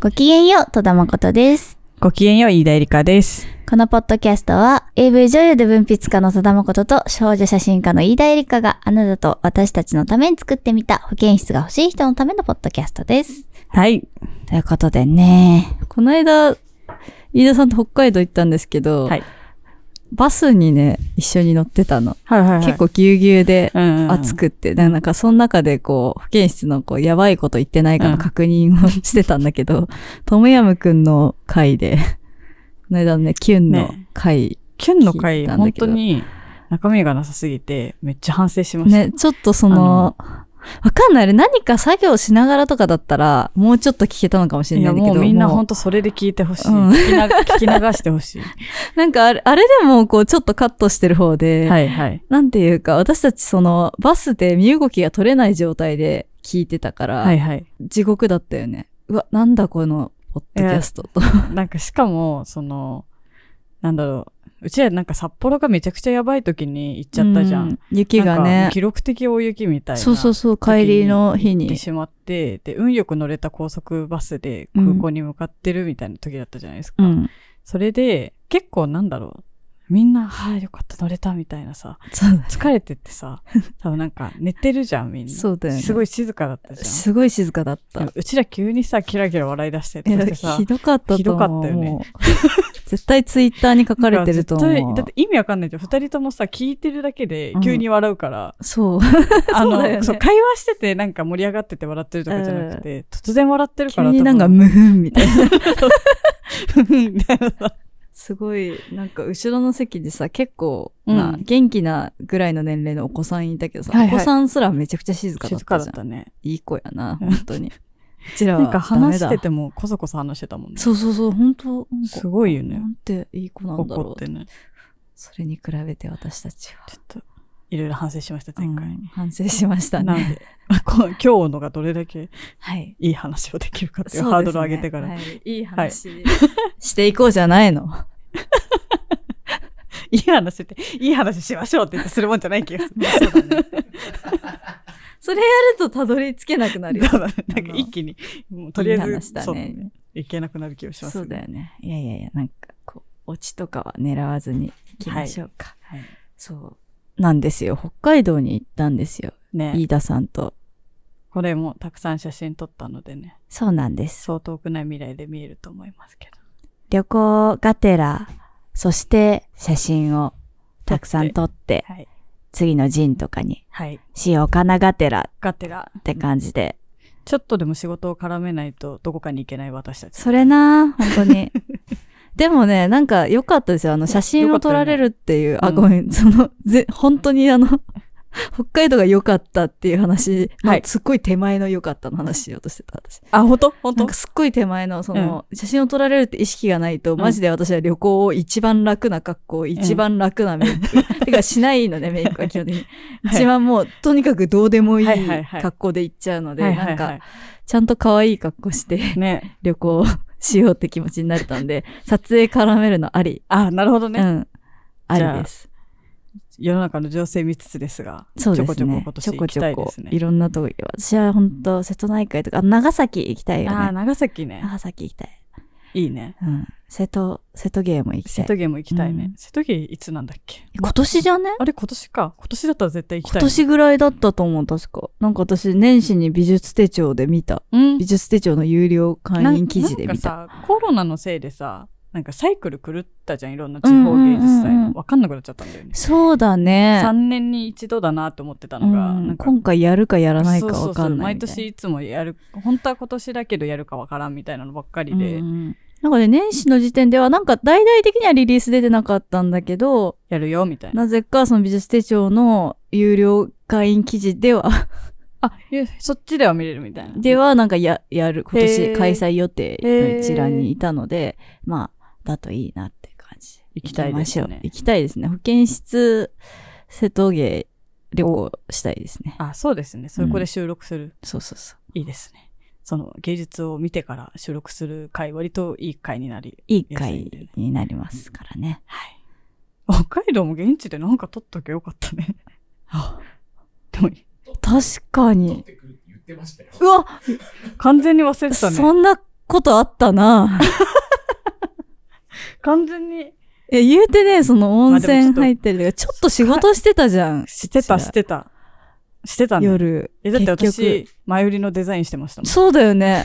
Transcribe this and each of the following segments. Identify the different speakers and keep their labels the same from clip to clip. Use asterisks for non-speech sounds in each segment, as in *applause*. Speaker 1: ごきげんよう、戸田誠です。
Speaker 2: ごきげんよう、飯田絵梨香です。
Speaker 1: このポッドキャストは、AV 女優で文筆家の戸田誠と少女写真家の飯田絵梨香があなたと私たちのために作ってみた保健室が欲しい人のためのポッドキャストです。
Speaker 2: はい。
Speaker 1: ということでね、この間、飯田さんと北海道行ったんですけど、
Speaker 2: はい
Speaker 1: バスにね、一緒に乗ってたの。
Speaker 2: はいはい、
Speaker 1: 結、構ぎゅうぎゅうで
Speaker 2: うん
Speaker 1: 暑くって、でなんかその中でこう、保健室のこう、やばいこと言ってないかの確認をしてたんだけ
Speaker 2: *laughs*
Speaker 1: ど、トムヤムくんの回で、この間のね、キュンの
Speaker 2: ね
Speaker 1: 回、
Speaker 2: キュンの回、
Speaker 1: なんだ
Speaker 2: 本
Speaker 1: けど
Speaker 2: 当に中身がなさすぎて、めっちゃ反省しました。
Speaker 1: ね、ちょっとその、わかんない。あれ何か作業しながらとかだったら、もうちょっと聞けたのかもしれ
Speaker 2: い
Speaker 1: な
Speaker 2: や、
Speaker 1: いんだけど。
Speaker 2: もうみんな
Speaker 1: もう
Speaker 2: 本当それで聞いてほしい。
Speaker 1: うん
Speaker 2: 聞きな *laughs* 聞き流してほしい。
Speaker 1: なんかあれ、あれでもこう、ちょっとカットしてる方で、
Speaker 2: はいはい。
Speaker 1: なんていうか、私たちその、バスで身動きが取れない状態で聞いてたから、
Speaker 2: はいはい。
Speaker 1: 地獄だったよね。うわ、なんだこの、ポッドキャストと。
Speaker 2: なんかしかも、その、なんだろう。うちらなんか札幌がめちゃくちゃやばい時に行っちゃったじゃ。
Speaker 1: うんん。雪が
Speaker 2: なんか
Speaker 1: ね。
Speaker 2: 記録的大雪みたいな。
Speaker 1: そうそうそう、帰りの日
Speaker 2: 行って
Speaker 1: に。
Speaker 2: しまって、で、運よく乗れた高速バスで空港に向かってるみたいな時だったじゃないですか。
Speaker 1: うん。
Speaker 2: それで、結構なんだろう。みんな、はい、よかった、乗れた、みたいなさ。
Speaker 1: そう
Speaker 2: 疲れてってさ、多分なんか寝てるじゃん、みんな。
Speaker 1: そうだよね
Speaker 2: すごい静かだったじゃ
Speaker 1: すごい静かだっ
Speaker 2: ん。で
Speaker 1: た
Speaker 2: も。うちら急にさ、キラキラ笑い出して
Speaker 1: い
Speaker 2: と
Speaker 1: や
Speaker 2: かしてさ
Speaker 1: ひ。どかったと思う。
Speaker 2: ひどかったよね
Speaker 1: もう絶対ツイッターに書かれてると
Speaker 2: なんか絶対
Speaker 1: 思
Speaker 2: だって
Speaker 1: う。
Speaker 2: 意味わかんないじゃん。二人ともさ、聞いてるだけで
Speaker 1: うん
Speaker 2: 急に笑うから。
Speaker 1: そう。
Speaker 2: あ
Speaker 1: *laughs* そうだよね
Speaker 2: の、そう、会話しててなんか盛り上がってて笑ってるとかじゃなくて、突然笑ってるか
Speaker 1: 急
Speaker 2: ら。
Speaker 1: になんか
Speaker 2: 多分
Speaker 1: ムフンみたいな。 *laughs*
Speaker 2: みたいなさ。
Speaker 1: すごい、なんか後ろの席でさ、結構
Speaker 2: な
Speaker 1: な、元気なぐらいの年齢のお子さんいたけどさ、
Speaker 2: お
Speaker 1: お子
Speaker 2: 子
Speaker 1: さ
Speaker 2: さ
Speaker 1: んすらめちゃくちゃ静かだっ
Speaker 2: 静か
Speaker 1: た
Speaker 2: だ
Speaker 1: じ
Speaker 2: っ
Speaker 1: ゃん。
Speaker 2: たね。
Speaker 1: いい子やな、
Speaker 2: うん
Speaker 1: 本当に。うちらは
Speaker 2: なんか話して
Speaker 1: て。
Speaker 2: ても、こそこそ話してたもんね。
Speaker 1: そうそうそう、本当なんか
Speaker 2: すごいよね
Speaker 1: なんていい子なんだ
Speaker 2: 怒
Speaker 1: ろ
Speaker 2: っ
Speaker 1: う
Speaker 2: て。ね。
Speaker 1: それに比べて私たちは。
Speaker 2: ちょっと、いろいろ反省しました、前回。
Speaker 1: うん反省しました
Speaker 2: なん
Speaker 1: ね。
Speaker 2: で、 *laughs* こ今日のがどれだけ
Speaker 1: はい。
Speaker 2: いい話をできるかっていう
Speaker 1: そうですね
Speaker 2: ハードルを上げてから、、
Speaker 1: はいい、いい話、していこうじゃないの。ま
Speaker 2: い話って、いい話しましょうって言ってするもんじゃない気がする。
Speaker 1: あ
Speaker 2: *laughs*
Speaker 1: そうだねそれやるとたどり着けなくなるよ。
Speaker 2: そう *laughs* だねなんか一気に、もうとりあえず、
Speaker 1: いい話だ
Speaker 2: そうだ
Speaker 1: ね
Speaker 2: ね。いけなくなる気がします、
Speaker 1: そうだよね。いやいやいや、なんかこう、オチとかは狙わずに行きましょうか。
Speaker 2: はい。
Speaker 1: そう。なんですよ。北海道に行ったんですよ。
Speaker 2: ね
Speaker 1: 飯田さんと。
Speaker 2: これもたくさん写真撮ったのでね、
Speaker 1: そうなんです。
Speaker 2: そう遠くない未来で見えると思いますけど。
Speaker 1: 旅行がてら、そして写真をたくさん撮って、
Speaker 2: はい。
Speaker 1: 次の陣とかに
Speaker 2: はい。
Speaker 1: しようかながてら
Speaker 2: ガテラ。
Speaker 1: って感じで。
Speaker 2: ちょっとでも仕事を絡めないとどこかに行けない私たち。
Speaker 1: それな本当に。 *laughs* でもね、なんか良かったですよ。あの、写真を撮られるっていう、
Speaker 2: かった
Speaker 1: あ、
Speaker 2: よね
Speaker 1: ごめん、その、ぜ、本当にあの、 *laughs* 北海道が良かったっていう話、
Speaker 2: はい
Speaker 1: すっごい手前の良かったの話しようとしてた、私。
Speaker 2: あ、ほんとほん
Speaker 1: なん
Speaker 2: と
Speaker 1: かすっごい手前の、その、写真を撮られるって意識がないと、マジで私は旅行を一番楽な格好、一番楽なメイ
Speaker 2: *laughs*
Speaker 1: ク。てか、しないのね、メイクは基本的に。
Speaker 2: はい
Speaker 1: 一番もう、とにかくどうでもいい
Speaker 2: はいはいはい
Speaker 1: 格好で行っちゃうので、
Speaker 2: はいはいはい
Speaker 1: なんか、ちゃんと可愛い格好して、
Speaker 2: ね。
Speaker 1: 旅行をしようって気持ちになれ
Speaker 2: *laughs*
Speaker 1: たんで、撮影絡めるのあり。
Speaker 2: あ、なるほどね。
Speaker 1: うん。あ
Speaker 2: じゃあ
Speaker 1: りです。
Speaker 2: 世の中の情勢見つつですが、
Speaker 1: そう
Speaker 2: ち
Speaker 1: ですね。
Speaker 2: ょこちょこ今年行きたいですね。
Speaker 1: いろんなとこ行けば。私は本当瀬戸内海とか、あ長崎行きたい
Speaker 2: あ
Speaker 1: よ
Speaker 2: あ、
Speaker 1: ね。
Speaker 2: 長崎ね。
Speaker 1: 長崎行きたい。
Speaker 2: いいね。
Speaker 1: うん。瀬戸、瀬戸芸も行きた
Speaker 2: 瀬
Speaker 1: い。
Speaker 2: 戸芸も行きたいね。
Speaker 1: うん
Speaker 2: 瀬戸芸いつなんだっけ
Speaker 1: 今年じゃね
Speaker 2: あれ今年か。今年だったら絶対行きた
Speaker 1: 今
Speaker 2: い。
Speaker 1: 年ぐらいだったと思う、確か。なんか私、年始に美術手帳で見た。
Speaker 2: うん
Speaker 1: 美。術手帳の有料会員記事で見た。
Speaker 2: なんかさ、コロナのせいでさ、なんかサイクル狂ったじゃん、いろんな地方芸術祭
Speaker 1: うんうんうんうん
Speaker 2: の。わかんなくなっちゃったんだよね。
Speaker 1: そうだね。
Speaker 2: 3年に一度だなと思ってたのが、
Speaker 1: うん
Speaker 2: なんか
Speaker 1: 今回やるかやらないかわか
Speaker 2: そうそうそうん
Speaker 1: ない
Speaker 2: 毎
Speaker 1: みたいな
Speaker 2: 年いつもやる、本当は今年だけどやるかわからんみたいなのばっかりで、
Speaker 1: うんなんかね、年始の時点では、なんか大々的にはリリース出てなかったんだけど、
Speaker 2: やるよみたいな。
Speaker 1: なぜかその美術手帳の有料会員記事では、
Speaker 2: あ、えそっちでは見れるみたいな。
Speaker 1: ではなんかや、やる、今
Speaker 2: へ
Speaker 1: 年
Speaker 2: ー
Speaker 1: 開催予定の一覧にいたので、まあ、だといいなって感じ。
Speaker 2: 行きたいですね
Speaker 1: 行きましょう行きたいですね。保健室、瀬戸芸旅行したいですね。
Speaker 2: あ、そうですね。それこで収録する。
Speaker 1: そうそうそう。
Speaker 2: いいですね。その芸術を見てから収録する回、割といい回になり。
Speaker 1: いい会になりますからね。
Speaker 2: はい。北海道も現地でなんか撮っとけよかったね。でも、
Speaker 1: 確かに。うわ
Speaker 2: 完全に忘れてたね。
Speaker 1: そんなことあったな。
Speaker 2: 完全に
Speaker 1: え、言うてね、その温
Speaker 2: まあでもちょ
Speaker 1: 泉
Speaker 2: っと
Speaker 1: 入ってる。ちょっと仕事してたじゃん。
Speaker 2: してた、してた。してたね。
Speaker 1: 夜。
Speaker 2: え、だって
Speaker 1: 結局
Speaker 2: 私、前売りのデザインしてましたも
Speaker 1: そうだ
Speaker 2: *laughs*
Speaker 1: よね。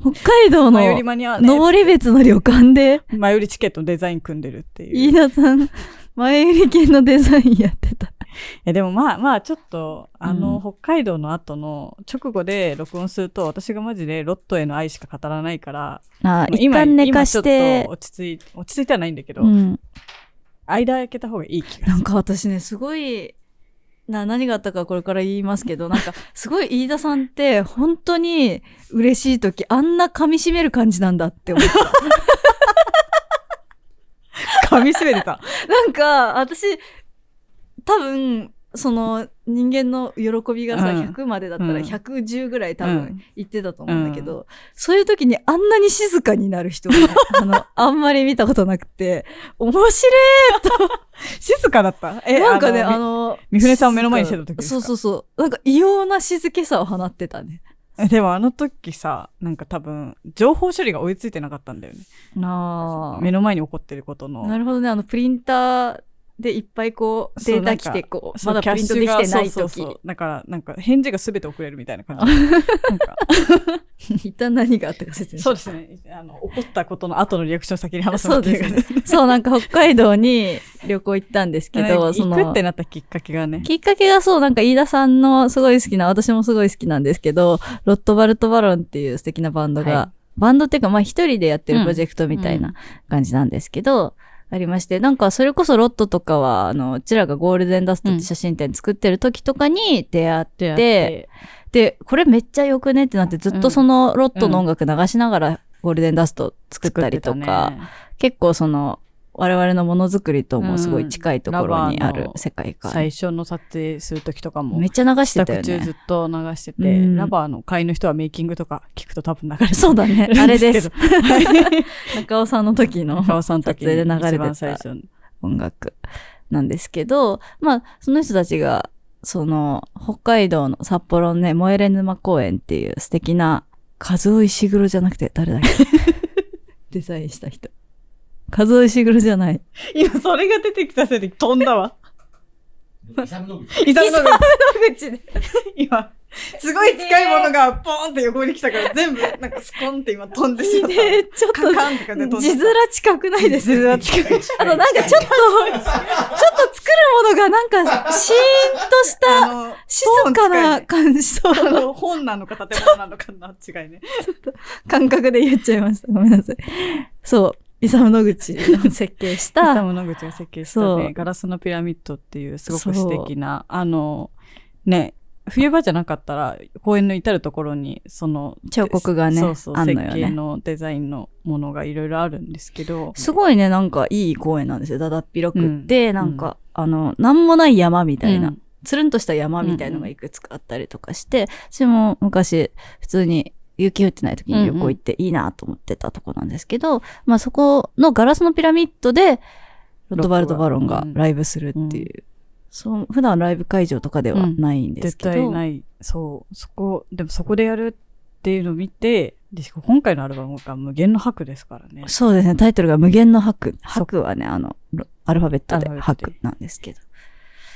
Speaker 1: 北海道
Speaker 2: ん。
Speaker 1: の
Speaker 2: 前売り間に合わね
Speaker 1: 登別の旅館で、
Speaker 2: え。前売りチケットのデザイン組んでるっていう。
Speaker 1: 飯田さん、前売り系のデザインやってた。
Speaker 2: え、でもまあまあ、ちょっと、あの、
Speaker 1: うん
Speaker 2: 北海道の後の直後で録音すると、私がマジでロットへの愛しか語らないから、
Speaker 1: あ
Speaker 2: まあ
Speaker 1: 一旦寝かし
Speaker 2: 今ちょ
Speaker 1: て
Speaker 2: っと、落ち着い、落ち着いてはないんだけど、
Speaker 1: うん。
Speaker 2: 間開けた方がいい気がする。 *laughs*
Speaker 1: なんか私ね、すごい、な、何があったかこれから言いますけど、な
Speaker 2: *laughs*
Speaker 1: んか、すごい飯田さんって、本当に嬉しい時、あんな噛み締める感じなんだって思った。
Speaker 2: 噛み締めてた。
Speaker 1: *laughs* なんか、私、多分、その、人間の喜びがさ、
Speaker 2: うん
Speaker 1: 100までだったら
Speaker 2: うん
Speaker 1: 110ぐらい多
Speaker 2: う
Speaker 1: 分
Speaker 2: ん
Speaker 1: 言ってたと思うんだけど、そういう時にあんなに静かになる人をね、
Speaker 2: *laughs*
Speaker 1: あの、あんまり見たことなくて、面白
Speaker 2: 静かだ
Speaker 1: *laughs*
Speaker 2: った。
Speaker 1: い
Speaker 2: *laughs* え、
Speaker 1: なんかね、
Speaker 2: あ
Speaker 1: あ
Speaker 2: の、
Speaker 1: の、
Speaker 2: み三船さんを目の前にしてた時ですか
Speaker 1: そうそうそう。なんか異様な静けさを放ってたね。
Speaker 2: えでもあの時さ、なんか多分、情報処理が追いついてなかったんだよね。
Speaker 1: な
Speaker 2: 目の前に起こってることの。
Speaker 1: あ。なるほどね。あの、プリンターでいっぱいこう、
Speaker 2: そう
Speaker 1: データ来
Speaker 2: なん
Speaker 1: て、
Speaker 2: か
Speaker 1: こう、
Speaker 2: そう
Speaker 1: まだプリントできてない
Speaker 2: キャッシュがそうそう
Speaker 1: 時
Speaker 2: そうだから、なんか返事が全て遅れるみたいな
Speaker 1: *laughs*
Speaker 2: 感じ。なんか
Speaker 1: 一旦何があったか説明し
Speaker 2: そ
Speaker 1: ま
Speaker 2: うですね。あの、怒ったことの後のリアクションを先に話す
Speaker 1: そうです
Speaker 2: ね。
Speaker 1: ね。そう、なんか北海道に旅 *laughs* 行行ったんですけ
Speaker 2: *laughs* なん
Speaker 1: ど、
Speaker 2: か
Speaker 1: そ
Speaker 2: 行くっ
Speaker 1: の
Speaker 2: て、なったきっかけがね。
Speaker 1: きっかけがそう、なんか飯田さんのすごい好きな、私もすごい好きなんですけど、ロットバルトバロンっていう素敵なバンドが、
Speaker 2: は
Speaker 1: バンドっていうか、まあ一人でやってるプロジェクトみたいな
Speaker 2: う
Speaker 1: 感じなんですけど、ありまして、なんかそれこそロットとかは、あの、うちらがゴールデンダストって写真展作ってる時とかに出会っ
Speaker 2: で
Speaker 1: で、で、これめっちゃよくねってなって、ずっとそのロットの音楽流しながらゴールデンダスト作ったりとか、結構その、我々のものづくりともすごい近いところにあ
Speaker 2: うんラバー
Speaker 1: る
Speaker 2: の
Speaker 1: 世界観。
Speaker 2: 最初の撮影する時とかも
Speaker 1: めっちゃ流して
Speaker 2: 自
Speaker 1: たよ
Speaker 2: 宅中ず
Speaker 1: ね。
Speaker 2: っと流してて、
Speaker 1: うん
Speaker 2: ラバーの会の人はメイキングとか聞くと多分流れて
Speaker 1: そう
Speaker 2: *laughs*
Speaker 1: だね。あれです。 *laughs*
Speaker 2: はい
Speaker 1: 中尾さんの時の
Speaker 2: 中尾さんの時に
Speaker 1: 撮影で流れてた
Speaker 2: 一番最初の
Speaker 1: 音楽なんですけど、まあ、その人たちが、その、北海道の札幌のね、燃えれ沼公園っていう素敵な、数尾石黒じゃなくて、誰だ
Speaker 2: *laughs*
Speaker 1: っけデザインした人。数尾石黒じゃない。
Speaker 2: 今それが出てきたせいで飛んだわ。
Speaker 3: イサムノグチ
Speaker 2: イサムのが
Speaker 1: 野 *laughs* 口で。
Speaker 2: 今、すごい近いものがポーンって横に来たから
Speaker 1: *laughs*
Speaker 2: 全部なんかスコンって今飛んでしまった。
Speaker 1: で、ちょっ
Speaker 2: カンカンとかで飛
Speaker 1: と、
Speaker 2: んで
Speaker 1: 字面近くないです
Speaker 2: 字面近
Speaker 1: い。あと、なんかちょっと、ちょっと作るものがなんか、シーンとし
Speaker 2: あ
Speaker 1: た、
Speaker 2: の、
Speaker 1: 静かな感じ、そう
Speaker 2: あの本なのか建物なのかの違いね。
Speaker 1: 感覚で言っちゃいました。ごめんなさい。そう。イサム・ノグチの設計し
Speaker 2: イサ
Speaker 1: た。
Speaker 2: ム・ノグチが設計し
Speaker 1: そ
Speaker 2: た
Speaker 1: う
Speaker 2: ね、ガラスのピラミッドっていうすごく素敵な、あの、ね、冬場じゃなかったら公園の至るところにその
Speaker 1: 彫刻がね
Speaker 2: そうそう
Speaker 1: あんのよね
Speaker 2: 設計のデザインのものがいろいろあるんですけど
Speaker 1: すごいね、なんかいい公園なんですよ。だだっ広くって、
Speaker 2: うん
Speaker 1: なんか、あの、なんもない山みたいな、
Speaker 2: うん
Speaker 1: つるんとした山みたいのがいくつかあったりとかして、私も昔、普通に雪降ってない時に旅行行っていいなと思ってたとこなんですけど、まあそこのガラスのピラミッドで、ロットバルト・バロンがライブするっていう。そう、普段ライブ会場とかではないんです
Speaker 2: 絶
Speaker 1: けど。
Speaker 2: 対ない。そう。そこ、でもそこでやるっていうのを見て、で、しかも今回のアルバムが無限の白ですからね。
Speaker 1: そうですね。タイトルが無限の白。
Speaker 2: そう
Speaker 1: 白はね、あの、ロアルファベットで
Speaker 2: アルファベット
Speaker 1: 白
Speaker 2: で
Speaker 1: なんですけど。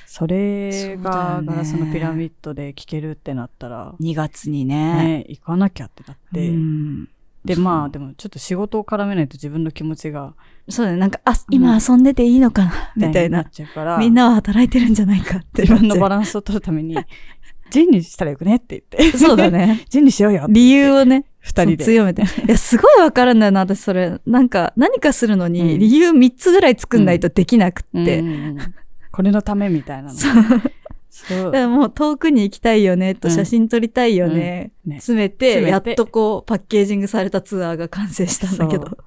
Speaker 2: それ
Speaker 1: そうだよ
Speaker 2: が
Speaker 1: ね
Speaker 2: ガラスのピラミッドで聴けるってなったら、
Speaker 1: 2月にね。
Speaker 2: ね、行かなきゃってなって。
Speaker 1: うん
Speaker 2: で、まあ、でもちょっと仕事を絡めないと自分の気持ちが、
Speaker 1: そうだね。なんか、あ、今遊んでていいのかな、みたい
Speaker 2: っ
Speaker 1: な。
Speaker 2: ちゃうから、
Speaker 1: みんなは働いてるんじゃないかって。
Speaker 2: 自分のバ
Speaker 1: ラ
Speaker 2: ランスを取るため
Speaker 1: *laughs*
Speaker 2: に、ジンにしたらよくねって言って。
Speaker 1: そうだ。ね。
Speaker 2: ジンにしようよって
Speaker 1: *laughs* 理由をね、
Speaker 2: 二人
Speaker 1: そう
Speaker 2: で。
Speaker 1: 強 *laughs* めて。いや、すごいわかるんだよな、私それ。なんか、何かするの
Speaker 2: う
Speaker 1: に、
Speaker 2: ん
Speaker 1: 理由3つぐらい作んないとできなくって。
Speaker 2: うんうんうんこれのためみたいなの。
Speaker 1: そう
Speaker 2: そう
Speaker 1: だからもう遠くに行きたいよねと
Speaker 2: うん
Speaker 1: 写真撮りたいよね、
Speaker 2: うんね
Speaker 1: 詰めて
Speaker 2: 詰
Speaker 1: や
Speaker 2: め
Speaker 1: ってとこうパッケージングされたツアーが完成したんだけど
Speaker 2: そう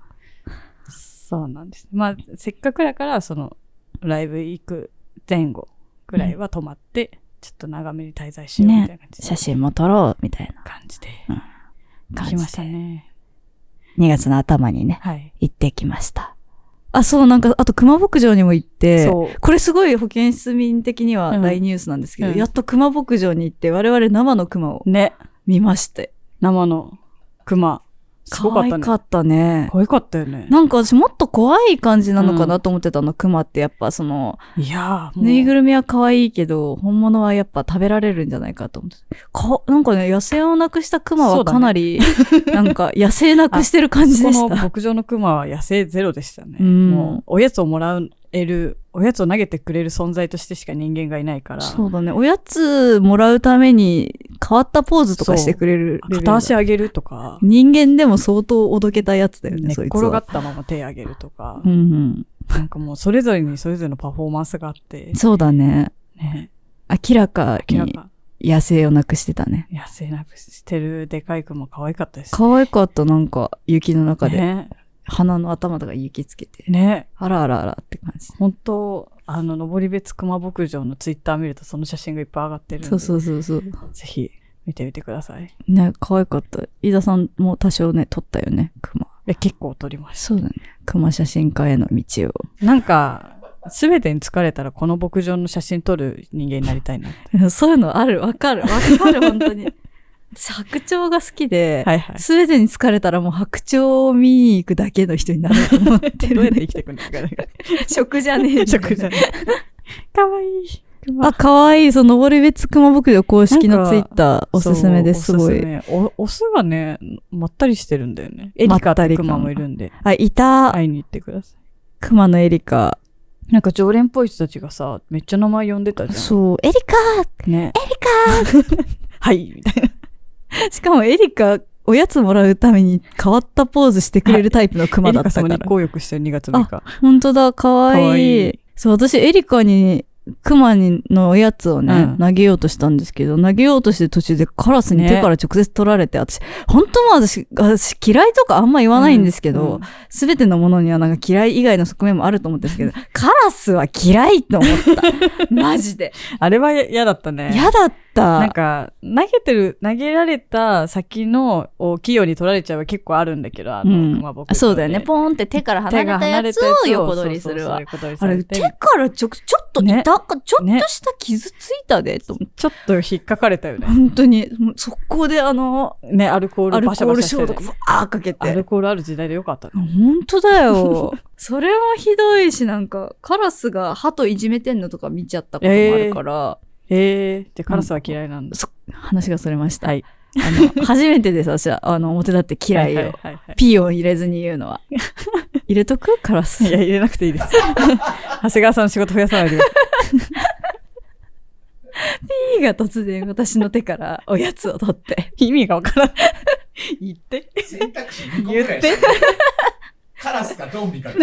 Speaker 2: そうなんです。まあ、せっかくだから、その、ライブ行く前後ぐらいは泊まって、ちょっと長めに滞在しようみたいな感じで、
Speaker 1: 真も撮ろうみたいな
Speaker 2: 感じで、
Speaker 1: 感
Speaker 2: 行き
Speaker 1: じで
Speaker 2: ましたね。
Speaker 1: 2月の頭にね
Speaker 2: はい。
Speaker 1: 行ってきましたあそうなんかあと熊牧場にも行って
Speaker 2: そう。
Speaker 1: これすごい保健室民的には
Speaker 2: うん
Speaker 1: 大ニュースなんですけど、
Speaker 2: うん
Speaker 1: やっと熊牧場に行って我々生の熊を
Speaker 2: ね、
Speaker 1: 見まして
Speaker 2: 生の熊。すご
Speaker 1: 可
Speaker 2: かっ
Speaker 1: 愛
Speaker 2: たね。
Speaker 1: かったね。
Speaker 2: 可愛かったよね。
Speaker 1: なんか私もっと怖い感じなのかなと思ってたの、熊ってやっぱその、
Speaker 2: いやー、もう
Speaker 1: ぬいぐるみは可愛いけど、本物はやっぱ食べられるんじゃないかと思って。か、なんかね、野生をなくした熊
Speaker 2: そ
Speaker 1: は
Speaker 2: うだね
Speaker 1: かなり、なんか野生なくしてる感じで
Speaker 2: そ
Speaker 1: し
Speaker 2: この
Speaker 1: た。
Speaker 2: 牧場の熊は野生ゼロでしたね。
Speaker 1: うん
Speaker 2: もう、おやつをもらえる、おやつを投げてくれる存在としてしか人間がいないから、
Speaker 1: そうだね。おやつもらうために変わったポーズとかしてくれるレベルだ。
Speaker 2: 片足上げるとか、
Speaker 1: 人間でも相当おどけたやつだよね、
Speaker 2: 寝っ
Speaker 1: そいつ
Speaker 2: 転
Speaker 1: は。
Speaker 2: がったまま手上げるとか
Speaker 1: う、んうん。
Speaker 2: なんかもうそれぞれにそれぞれのパフォーマンスがあって、
Speaker 1: そうだね。
Speaker 2: ね、
Speaker 1: 明らか
Speaker 2: 明ら
Speaker 1: に
Speaker 2: か
Speaker 1: 野生をなくしてたね。
Speaker 2: 野生なくしてるでかい熊可愛かったです。
Speaker 1: 可愛かった、なんか雪の中で。
Speaker 2: ね。
Speaker 1: 鼻の頭とか雪つけて。
Speaker 2: ね。
Speaker 1: あらあらあらって感じ。
Speaker 2: 本当あの、登別熊牧場のツイッター見るとその写真がいっぱい上がってるんで、
Speaker 1: そうそうそうそう。
Speaker 2: ぜひ見てみてください。
Speaker 1: ね、可愛かった。飯田さんも多少ね、撮ったよね、熊。
Speaker 2: いや結構撮りました。
Speaker 1: そうだね。熊写真家への道を。
Speaker 2: なんか、すべてに疲れたらこの牧場の写真撮る人間になりたいなって。
Speaker 1: *laughs* そういうのある、わかる。わかる、本当 *laughs* に。私、白鳥が好きで、
Speaker 2: はいはい。
Speaker 1: すべてに疲れたらもう白鳥を見に行くだけの人になると思 *laughs* って
Speaker 2: *laughs* どうや
Speaker 1: る
Speaker 2: って生。
Speaker 1: んで
Speaker 2: きていくんですかね。
Speaker 1: *laughs* 食じゃねえ。
Speaker 2: 食じゃない。かわいい。
Speaker 1: あ、かわいい。その登別熊牧場公式のツイッターおすすめです。す
Speaker 2: そう
Speaker 1: ご
Speaker 2: おすす
Speaker 1: い。
Speaker 2: めおオスがね、まったりしてるんだよね。エリカってクマもいるんで、
Speaker 1: あ、いた、
Speaker 2: 会いに行ってください。
Speaker 1: 熊のエリカ。
Speaker 2: なんか常連っぽい人たちがさ、めっちゃ名前呼んでたじゃ
Speaker 1: そう、エリ
Speaker 2: ん。ね。エリカ *laughs* はい、みたいな。
Speaker 1: カしかもエリカ、おやつもらうために変わったポーズしてくれるタイプの
Speaker 2: エ
Speaker 1: 熊
Speaker 2: リ
Speaker 1: だっ
Speaker 2: カ
Speaker 1: た
Speaker 2: 様
Speaker 1: か
Speaker 2: 日
Speaker 1: ら。
Speaker 2: 光浴してる2月6日。 *laughs*
Speaker 1: 本当だ、かわいい。
Speaker 2: かわいい
Speaker 1: そう、私、エリカに、熊にのおやつをね、
Speaker 2: うん
Speaker 1: 投げようとしたんですけど、投げようとして途中でカラスに
Speaker 2: ね
Speaker 1: 手から直接取られて、私、本当もう私、私嫌いとかあんま言わないんですけ
Speaker 2: うんう
Speaker 1: ど
Speaker 2: ん、
Speaker 1: すべ、てのものにはなんか嫌い以外の側面もあると思ってるんですけど、
Speaker 2: *laughs*
Speaker 1: カラスは嫌いと思った。マジで。
Speaker 2: あれは嫌だったね。
Speaker 1: 嫌だった。
Speaker 2: なんか、投げてる、投げられた先のを器用に取られちゃうは結構あるんだけど、あ
Speaker 1: う
Speaker 2: の、
Speaker 1: ん
Speaker 2: 熊僕、
Speaker 1: そうだよね。ポーンって手から離
Speaker 2: 手
Speaker 1: れ
Speaker 2: が
Speaker 1: た
Speaker 2: 離
Speaker 1: や
Speaker 2: れ
Speaker 1: つ
Speaker 2: たやつ
Speaker 1: を横取りするわ。
Speaker 2: そうそうそう横取りさ
Speaker 1: あれ、
Speaker 2: れ
Speaker 1: 手
Speaker 2: て
Speaker 1: からちょ、ちょっと痛
Speaker 2: ね
Speaker 1: か、ちょっとした傷ついたで、と思って。
Speaker 2: ちょっと引っかかれたよね。
Speaker 1: 本当に、もう速攻であの、
Speaker 2: ね、アルコー
Speaker 1: ア
Speaker 2: ル
Speaker 1: ルコ
Speaker 2: バシャ
Speaker 1: ー
Speaker 2: バシャ
Speaker 1: ル
Speaker 2: して
Speaker 1: 消
Speaker 2: ね
Speaker 1: 毒、わーかけ
Speaker 2: アル
Speaker 1: て。
Speaker 2: コールある時代でよかったね。
Speaker 1: 本当だよ。 *laughs* それもひどいし、なんか、カラスが歯といじめてんのとか見ちゃったこともあるから、
Speaker 2: へえ、じゃあカラスは嫌いなんだ。
Speaker 1: そ話がそれました。
Speaker 2: はい
Speaker 1: あ *laughs* の、初めてです、私は。あの、表だって嫌いよ。
Speaker 2: はいはいはい
Speaker 1: *laughs*
Speaker 2: はい
Speaker 1: ピーを入れずに言うの *laughs* は。入れとくカラス。
Speaker 2: いや、入れなくていいです。 *laughs* 長谷川さんの仕事増やさないでくださ
Speaker 1: ピーが突然私の手からおやつを取って。
Speaker 2: い。意味がわ
Speaker 1: *laughs*
Speaker 2: からない。言って。
Speaker 3: 選択肢2個ぐらいしかないカラスかゾンビか。
Speaker 1: ト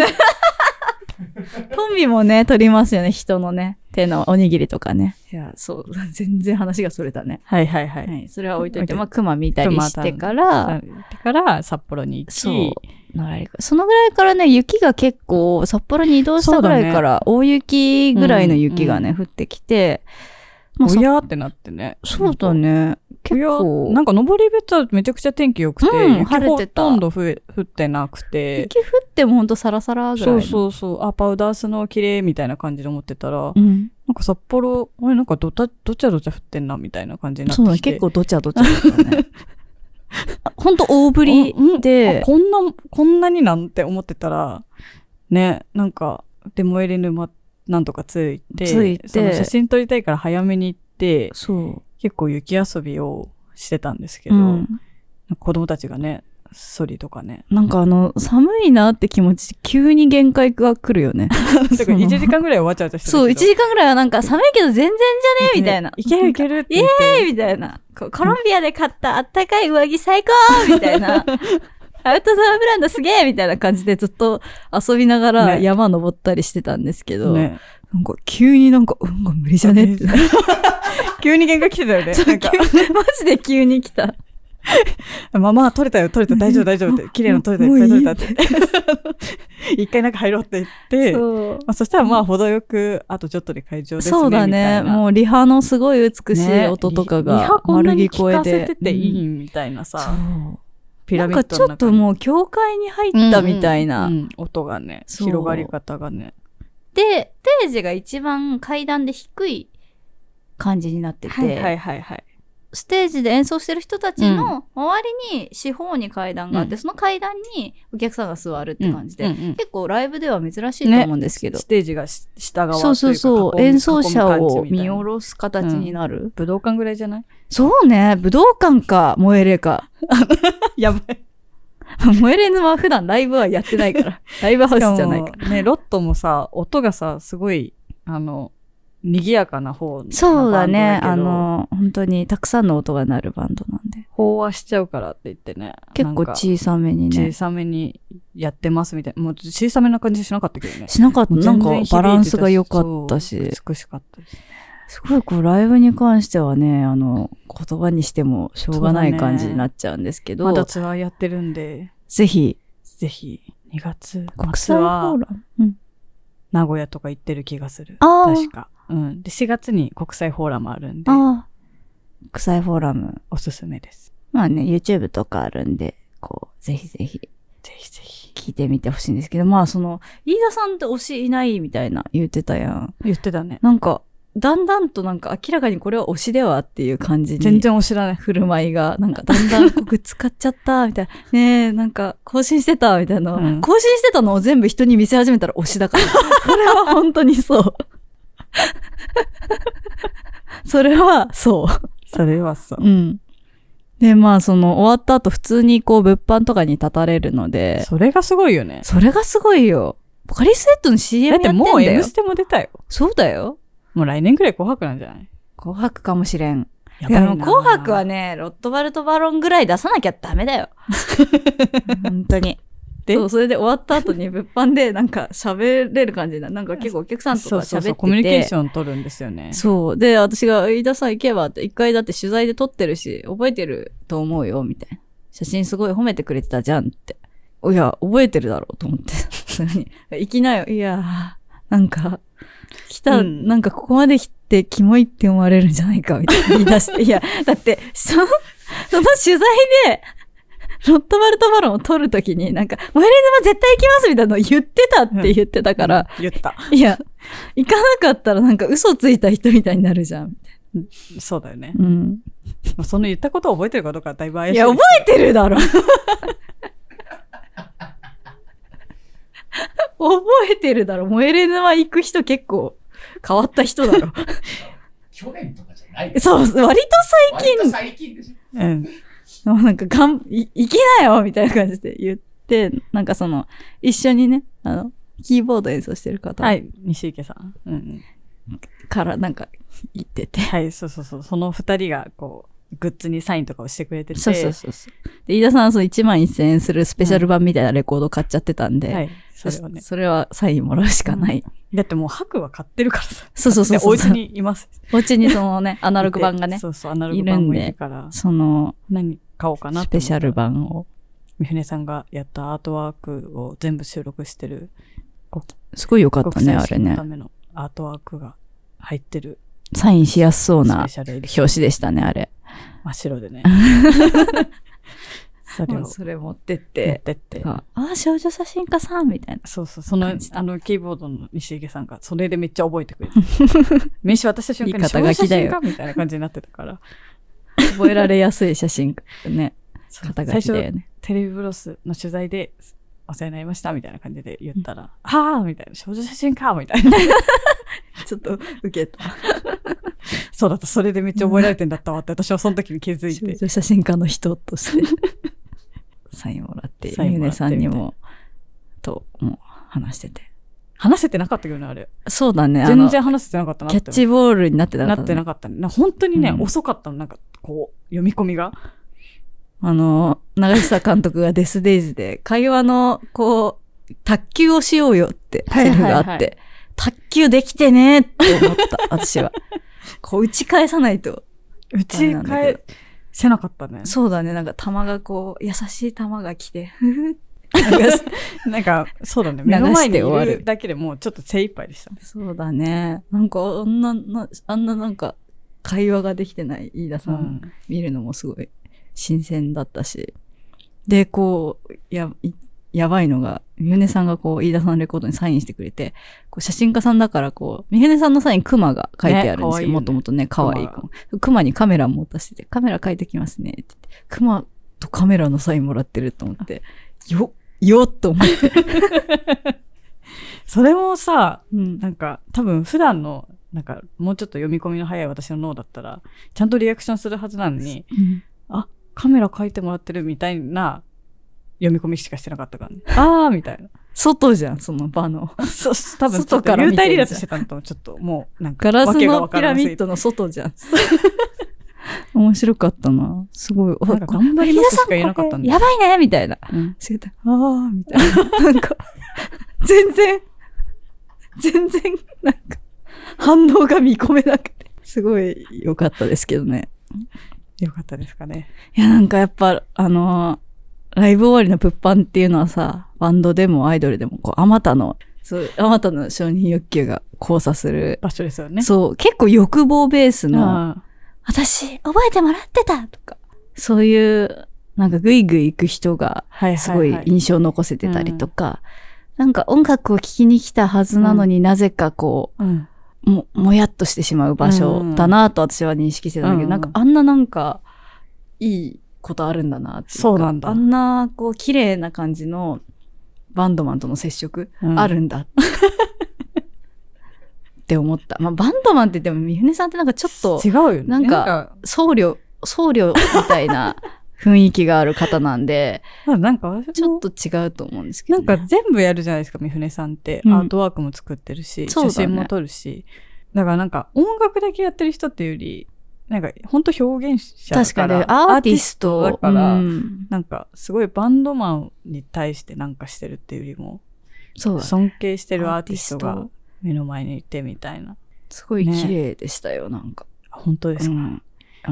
Speaker 1: ンビもね、取りますよね、人のね。手のおにぎりとかね。いや、そう、全然話がそれたね。
Speaker 2: はいはいは。
Speaker 1: はいい、それは置いとい
Speaker 2: 置いと
Speaker 1: て、
Speaker 2: いて
Speaker 1: まあ、熊見たりしてか
Speaker 2: だ
Speaker 1: ら、
Speaker 2: から、札幌に行き、
Speaker 1: そう、のらりくそのぐらいからね、雪が結構、札幌に移動したぐらいから、大雪ぐらいの雪がね、降ってきて、ま
Speaker 2: お
Speaker 1: あ、そ
Speaker 2: やーってなってね。
Speaker 1: そうだね、結構、
Speaker 2: なんか登別はめちゃくちゃ天気良くて、
Speaker 1: うん
Speaker 2: 雪
Speaker 1: 晴れて
Speaker 2: ほ
Speaker 1: た
Speaker 2: とんど増え降ってなくて、
Speaker 1: 雪降ってもほんとサラサラぐらい
Speaker 2: そ
Speaker 1: の。
Speaker 2: うそうそう、あ、パウダースノー綺麗みたいな感じで思ってたら、な
Speaker 1: うん。
Speaker 2: んか札幌、あれなんかどた、どちゃどちゃ降ってんなみたいな感じになって
Speaker 1: そ
Speaker 2: き
Speaker 1: うだね、
Speaker 2: て。
Speaker 1: 結構どちゃどちゃだった *laughs* ね。ほんと大降り
Speaker 2: あ
Speaker 1: で、
Speaker 2: こんな、こんなになんて思ってたら、ね、なんか、でもエレヌマなんとかついて、
Speaker 1: ついて
Speaker 2: その写真撮りたいから早めに行って、
Speaker 1: そう。
Speaker 2: 結構雪遊びをしてたんですけ
Speaker 1: う
Speaker 2: ど、
Speaker 1: ん、
Speaker 2: なんか子供たちがね、ソリとか
Speaker 1: *laughs*
Speaker 2: ね、
Speaker 1: なんかあの、寒いなって気持ち、急に限界が来るよね。
Speaker 2: だから1時間ぐらいはわちゃわちゃして
Speaker 1: *laughs* そう、1
Speaker 2: るけど。
Speaker 1: 時間ぐらいはなんか寒いけど全然じゃねえみたいな。
Speaker 2: いけるいけるって言って。
Speaker 1: えーみたいな。こコロンビアで買ったあったかい上着最高みたいな。
Speaker 2: *laughs*
Speaker 1: アウトドアブランドすげえみたいな感じでずっと遊びながら
Speaker 2: ね
Speaker 1: 山登ったりしてたんですけど、
Speaker 2: ね、
Speaker 1: なんか急になんか、うん、なんか無理じゃねって。
Speaker 2: 急に喧嘩来てたよね。なんか、
Speaker 1: マジで急に来た。
Speaker 2: ママ、取れたよ、取れた、大丈夫、大丈夫って、綺麗なの取れた、
Speaker 1: も
Speaker 2: いっ
Speaker 1: う
Speaker 2: ぱ
Speaker 1: い
Speaker 2: い
Speaker 1: い
Speaker 2: 取れた
Speaker 1: *laughs*
Speaker 2: って。一回中入ろうって言って、
Speaker 1: そう
Speaker 2: まあ、そしたらまあ、程よく、あとちょっとで会場ですね。
Speaker 1: そうだ
Speaker 2: みたい
Speaker 1: ね。
Speaker 2: な
Speaker 1: もうリハのすごい美しい
Speaker 2: ね
Speaker 1: 音とか
Speaker 2: リ
Speaker 1: が
Speaker 2: ハこんな
Speaker 1: 丸
Speaker 2: に
Speaker 1: 聞
Speaker 2: 聞
Speaker 1: こえ
Speaker 2: か
Speaker 1: て。
Speaker 2: せてていいみたいな
Speaker 1: そ
Speaker 2: さ、
Speaker 1: う
Speaker 2: ピラミ
Speaker 1: な
Speaker 2: ッ
Speaker 1: んか
Speaker 2: ド
Speaker 1: ちょ
Speaker 2: の
Speaker 1: っと
Speaker 2: 中に
Speaker 1: もう教会に入ったみたいな。
Speaker 2: うんうんうん音がね、
Speaker 1: そう
Speaker 2: 広がり方がね。
Speaker 1: で、ステージが一番階段で低い感じになってて、
Speaker 2: はいはい。
Speaker 1: ステージで演奏してる人たちの周りに四方に階段があって、
Speaker 2: うん
Speaker 1: その階段にお客さんが座るって感じで、
Speaker 2: うんうん
Speaker 1: 結構ライブでは珍しいと思うんですけど、
Speaker 2: ステージがし下側とい
Speaker 1: そうう
Speaker 2: か
Speaker 1: そうそう
Speaker 2: 囲む
Speaker 1: 演奏者
Speaker 2: 囲む
Speaker 1: を
Speaker 2: 感じみた
Speaker 1: 見
Speaker 2: いな
Speaker 1: 下ろす形になる、
Speaker 2: 武道館ぐらいじゃない
Speaker 1: そうね武道館か萌えれか
Speaker 2: *laughs*
Speaker 1: *laughs*
Speaker 2: やばい。
Speaker 1: 萌えれ沼は普段ライブはやってないから *laughs* ライブハウスじゃないから
Speaker 2: しもね、ロットもさ、音がさ、すごい、あの、賑やかな方の
Speaker 1: そうだね
Speaker 2: バ
Speaker 1: あ
Speaker 2: ンドやけど
Speaker 1: の本当にたくさんの音が鳴るバンドなんで
Speaker 2: 飽和しちゃうからって言ってね。
Speaker 1: 結
Speaker 2: な
Speaker 1: 構
Speaker 2: んか
Speaker 1: 小さめに
Speaker 2: 小
Speaker 1: ね
Speaker 2: さめにやってますみたいな。もう小さめな感じしなかったけどね。
Speaker 1: しなかった
Speaker 2: もう
Speaker 1: なん
Speaker 2: 全
Speaker 1: か
Speaker 2: 然響いてたし
Speaker 1: バランスが良かったし
Speaker 2: そう美しかったです。
Speaker 1: すごいこうライブに関してはねあの言葉にしてもしょうがない感じになっちゃうんですけど、
Speaker 2: まだツアーやってるんで、
Speaker 1: ぜひ
Speaker 2: ぜひ、2月
Speaker 1: 国
Speaker 2: 末
Speaker 1: 際フォ
Speaker 2: は
Speaker 1: ーラム、うん、
Speaker 2: 名古屋とか行ってる気がする。
Speaker 1: あー
Speaker 2: 確か。うん。で、4月に国際フォーラムあるんで、
Speaker 1: ああ国際フォーラム
Speaker 2: おすすめです。
Speaker 1: まあね YouTube とかあるんでこうぜひぜひ
Speaker 2: ぜひぜひ。
Speaker 1: 聞いてみてほしいんですけどまあその飯田さんって推しいないみたいな言ってたやん
Speaker 2: 言ってたね。
Speaker 1: なんかだんだんとなんか明らかにこれは推しではっていう感じに
Speaker 2: 全然お知らない。
Speaker 1: 振る舞いが、なんか、 *laughs* だんだんこうグッズ買っちゃった、みたいな。ねえ、なんか、更新してた、みたいな、
Speaker 2: うん
Speaker 1: 更新してたのを全部人に見せ始めたら推しだから。 *laughs* これは本当にそう。 *laughs* それは、そ
Speaker 2: それはそう
Speaker 1: う。。うん。で、まあ、その、終わった後、普通にこう、物販とかに立たれるので、
Speaker 2: それがすごいよね。
Speaker 1: それがすごいよ。ポカリスエットの CM
Speaker 2: だ
Speaker 1: や
Speaker 2: っ
Speaker 1: って
Speaker 2: て
Speaker 1: んだよ。
Speaker 2: もう M ステも出たよ。
Speaker 1: そうだよ。
Speaker 2: もう来年くらい紅白なんじゃない
Speaker 1: 紅白かもしれん。
Speaker 2: や
Speaker 1: いや、
Speaker 2: ばいな
Speaker 1: でも紅白はね、ロットバルトバロンぐらい出さなきゃダメだ
Speaker 2: *laughs*
Speaker 1: よ。本当に。
Speaker 2: で
Speaker 1: そう、それで終わった後に物販でなんか喋れる感じになる。なんか結構お客さんとか
Speaker 2: そうそ
Speaker 1: 喋
Speaker 2: う
Speaker 1: って
Speaker 2: そ
Speaker 1: て。
Speaker 2: う、コミュニケーション取るんですよね。
Speaker 1: そう。で、私が、飯田さん行けばって、一回だって取材で撮ってるし、覚えてると思うよ、みたいな。写真すごい褒めてくれてたじゃんって。いや、覚えてるだろうと思って。 *laughs* それに行きなよ。いやー、なんか、来た、
Speaker 2: うん
Speaker 1: なんかここまで来て、キモいって思われるんじゃないか、
Speaker 2: *laughs*
Speaker 1: みたいな言い出して。いや、だって、その、その取材で、ロットバルトバロンを撮るときに、なんか、モエレ沼絶対行きますみたいなの言ってたって言ってたから、
Speaker 2: うん、言った。
Speaker 1: いや、行かなかったらなんか嘘ついた人みたいになるじゃん。
Speaker 2: そうだよね。
Speaker 1: うん。
Speaker 2: まあその言ったことを覚えてるかどうかはだいぶ怪しい。
Speaker 1: いや、覚えてるだろ。覚えてるだろ。モエレ沼行く人結構変わった人だろ。 *laughs*
Speaker 3: 去年とかじゃない
Speaker 1: そう、割と
Speaker 3: 最
Speaker 1: 近
Speaker 3: 最近でしょ
Speaker 2: うん。
Speaker 1: さ、もうなんかがん、い行きなよみたいな感じで言って、なんかその、一緒にね、あの、キーボード演奏してる方
Speaker 2: はい、西池さん。うんうん。
Speaker 1: からなんか言ってて。
Speaker 2: はい、そうそうそう。その二人が、こう、グッズにサインとかをしてくれてて。
Speaker 1: そうそうそうそう。で、飯田さんはそう1万1000円するスペシャル版みたいなレコード買っちゃってたんで、
Speaker 2: はい、それはね。
Speaker 1: それはサインもらうしか *laughs* ない。
Speaker 2: だってもう、白は買ってるからさ。
Speaker 1: そうそうそうそう。
Speaker 2: でお家。にいます。
Speaker 1: お家にその *laughs* ね、アナログ版がね、
Speaker 2: そうそう、アナログ版もいるから。
Speaker 1: その
Speaker 2: 何買おうかな
Speaker 1: スペシャ
Speaker 2: ル。
Speaker 1: ル版を。
Speaker 2: 三船さんがやったアートワークを全部収録してる。
Speaker 1: すごい良かった
Speaker 2: 国
Speaker 1: ね、
Speaker 2: 際
Speaker 1: あれ
Speaker 2: 紙の
Speaker 1: ね
Speaker 2: た。めのアートワークが入ってる
Speaker 1: サインしやすそう
Speaker 2: ス
Speaker 1: な
Speaker 2: ペシャルエディション
Speaker 1: 表紙でしたね、あれ。
Speaker 2: 真っ白
Speaker 1: *laughs*
Speaker 2: でね。それ
Speaker 1: も
Speaker 2: を
Speaker 1: う
Speaker 2: 持
Speaker 1: それ持ってっ
Speaker 2: って
Speaker 1: て。
Speaker 2: って。
Speaker 1: ああ、少女写真家さんみたいな。
Speaker 2: そうそう、その、あの、キーボードの西池さんが、それでめっちゃ覚えてく
Speaker 1: *laughs*
Speaker 2: れて。名刺渡した瞬間
Speaker 1: い
Speaker 2: に、
Speaker 1: い肩書きだよ
Speaker 2: 小学生かみたいな感じになってたから。
Speaker 1: 覚えられやすい写真家 *laughs* ね。
Speaker 2: そう
Speaker 1: 肩書きだ
Speaker 2: 最
Speaker 1: よ
Speaker 2: 初、
Speaker 1: ね。
Speaker 2: テレビブロスの取材で、お世話になりました、みたいな感じで言ったら、あーみたいな、少女写真かみたい
Speaker 1: *laughs*
Speaker 2: な。
Speaker 1: ちょっと受けた。
Speaker 2: そうだった、それでめっちゃ覚えられてんだったわって、私はその時に気づい
Speaker 1: 少
Speaker 2: て。
Speaker 1: 女写真家の人として。 *laughs* サインもらって、
Speaker 2: サイ
Speaker 1: ゆ
Speaker 2: ンも
Speaker 1: ね
Speaker 2: らって
Speaker 1: さんにも、と、もう話してて。
Speaker 2: 話せてなかったけどね、あれ。
Speaker 1: そうだね。
Speaker 2: 全
Speaker 1: 全
Speaker 2: 然
Speaker 1: 然
Speaker 2: 話せてなかったなっ
Speaker 1: キ
Speaker 2: て
Speaker 1: ャッチボールになってなか
Speaker 2: な
Speaker 1: った、
Speaker 2: ってなかったね。な本当にね、
Speaker 1: うん
Speaker 2: 遅かったの、なんか、こう、読み込みが。
Speaker 1: あの、長久監督がデスデイズで、会話の、こう、卓球をしようよって、
Speaker 2: は
Speaker 1: セ
Speaker 2: い
Speaker 1: リ
Speaker 2: はい
Speaker 1: フが
Speaker 2: は
Speaker 1: あ
Speaker 2: い
Speaker 1: って、卓球できてねって
Speaker 2: *laughs*
Speaker 1: 思った、私は。こう、打ち返さないと。
Speaker 2: うち
Speaker 1: あれなんだけ
Speaker 2: 返
Speaker 1: ど
Speaker 2: せなかったね。
Speaker 1: そうだね、なんか球がこう、優しい球が来て、ふふって流す
Speaker 2: なんか、そうだね。
Speaker 1: *laughs* 流
Speaker 2: 目の前に
Speaker 1: し
Speaker 2: い
Speaker 1: て終わる
Speaker 2: るだけでもうちょっと精一杯でしたね。
Speaker 1: そうだね。なんか、あんな、なあんななんか、会話ができてない飯田さん、
Speaker 2: うん
Speaker 1: 見るのもすごい新鮮だったし。で、こう、いや、いやばいのが、ミヘネさんがこう、飯田さんのレコードにサインしてくれて、こう写真家さんだからこう、ミヘネさんのサインクマが書いてあるんですけど、
Speaker 2: ね
Speaker 1: もともとね、可愛いい子。クマにカメラも渡してて、カメラ書いてきますねって言って、クマとカメラのサインもらってると思って、よ、よっと思って。
Speaker 2: それもさ、
Speaker 1: うん
Speaker 2: なんか、多分普段の、なんか、もうちょっと読み込みの早い私の脳だったら、ちゃんとリアクションするはずなのに、あ、カメラ書いてもらってるみたいな読み込みしかしてなかったから
Speaker 1: *laughs*
Speaker 2: ね。あーみたいな。
Speaker 1: 外じゃん、その場の。
Speaker 2: そう、多分、
Speaker 1: 外から
Speaker 2: 幽
Speaker 1: 見てる
Speaker 2: 体離脱してたのと、ちょっともう、なんか、
Speaker 1: ガラス
Speaker 2: 訳が
Speaker 1: の
Speaker 2: わか
Speaker 1: ピ
Speaker 2: ら
Speaker 1: ラ
Speaker 2: なす
Speaker 1: ミ
Speaker 2: ぎて
Speaker 1: ッドの外じゃん。 *laughs* 面白かったな。すごい。
Speaker 2: なんか頑張りますしか言えなかったんだ
Speaker 1: やばいねみたいな。
Speaker 2: うん
Speaker 1: してた。あーみたいな。なんか、全然、全然、なんか、反応が見込めなくて。すごい良かったですけどね。
Speaker 2: よかったですかね。
Speaker 1: いや、なんかやっぱ、あのーライブ終わりの物販っていうのはさ、バンドでもアイドルでも、こう、あまたの、そう、あまたの承認欲求が交差する。
Speaker 2: 場所ですよね。
Speaker 1: そう、結構欲望ベースの、
Speaker 2: あ
Speaker 1: 私、覚えてもらってたとか、そういう、なんかグイグイ行く人が
Speaker 2: ーはいはい、はい。
Speaker 1: すごい印象残せてたりとか、なんか音楽を聴きに来たはずなのになぜかこ
Speaker 2: うん。
Speaker 1: う、も、もやっとしてしまう場所だなと私は認識してたんだけど、
Speaker 2: うん
Speaker 1: なんかあんななんか、いいことあるんだなっていか
Speaker 2: そうなんだ
Speaker 1: あんなこう、綺麗な感じのバンドマンとの接触、
Speaker 2: うん
Speaker 1: あるんだ。って思った。まあ、バンドマンって言っても、三船さんってなんかちょっと、
Speaker 2: 違うよね。
Speaker 1: なんか僧侶、僧侶みたい *laughs* な雰囲気がある方なんで、
Speaker 2: なんか、なんか私も
Speaker 1: ちょっと違うと思うんですけ
Speaker 2: な
Speaker 1: ど、
Speaker 2: んか全部やるじゃないですか、三船さんって。
Speaker 1: うん
Speaker 2: アートワークも作ってるし、
Speaker 1: そうだ
Speaker 2: 写
Speaker 1: ね
Speaker 2: 真も撮るし。だからなんか音楽だけやってる人っていうより、なんか本当表現者だ
Speaker 1: 確
Speaker 2: か
Speaker 1: かに
Speaker 2: ら。
Speaker 1: アーティスト
Speaker 2: だから、
Speaker 1: うん
Speaker 2: なんかすごいバンドマンに対してなんかしてるっていうよりも、
Speaker 1: そうだね
Speaker 2: 尊敬してるアーティスト
Speaker 1: アーティ
Speaker 2: が
Speaker 1: ス
Speaker 2: 目の前にいてみたいな。
Speaker 1: すごい綺麗でしたよ、なんか。
Speaker 2: あ本当です
Speaker 1: う
Speaker 2: か、
Speaker 1: んあ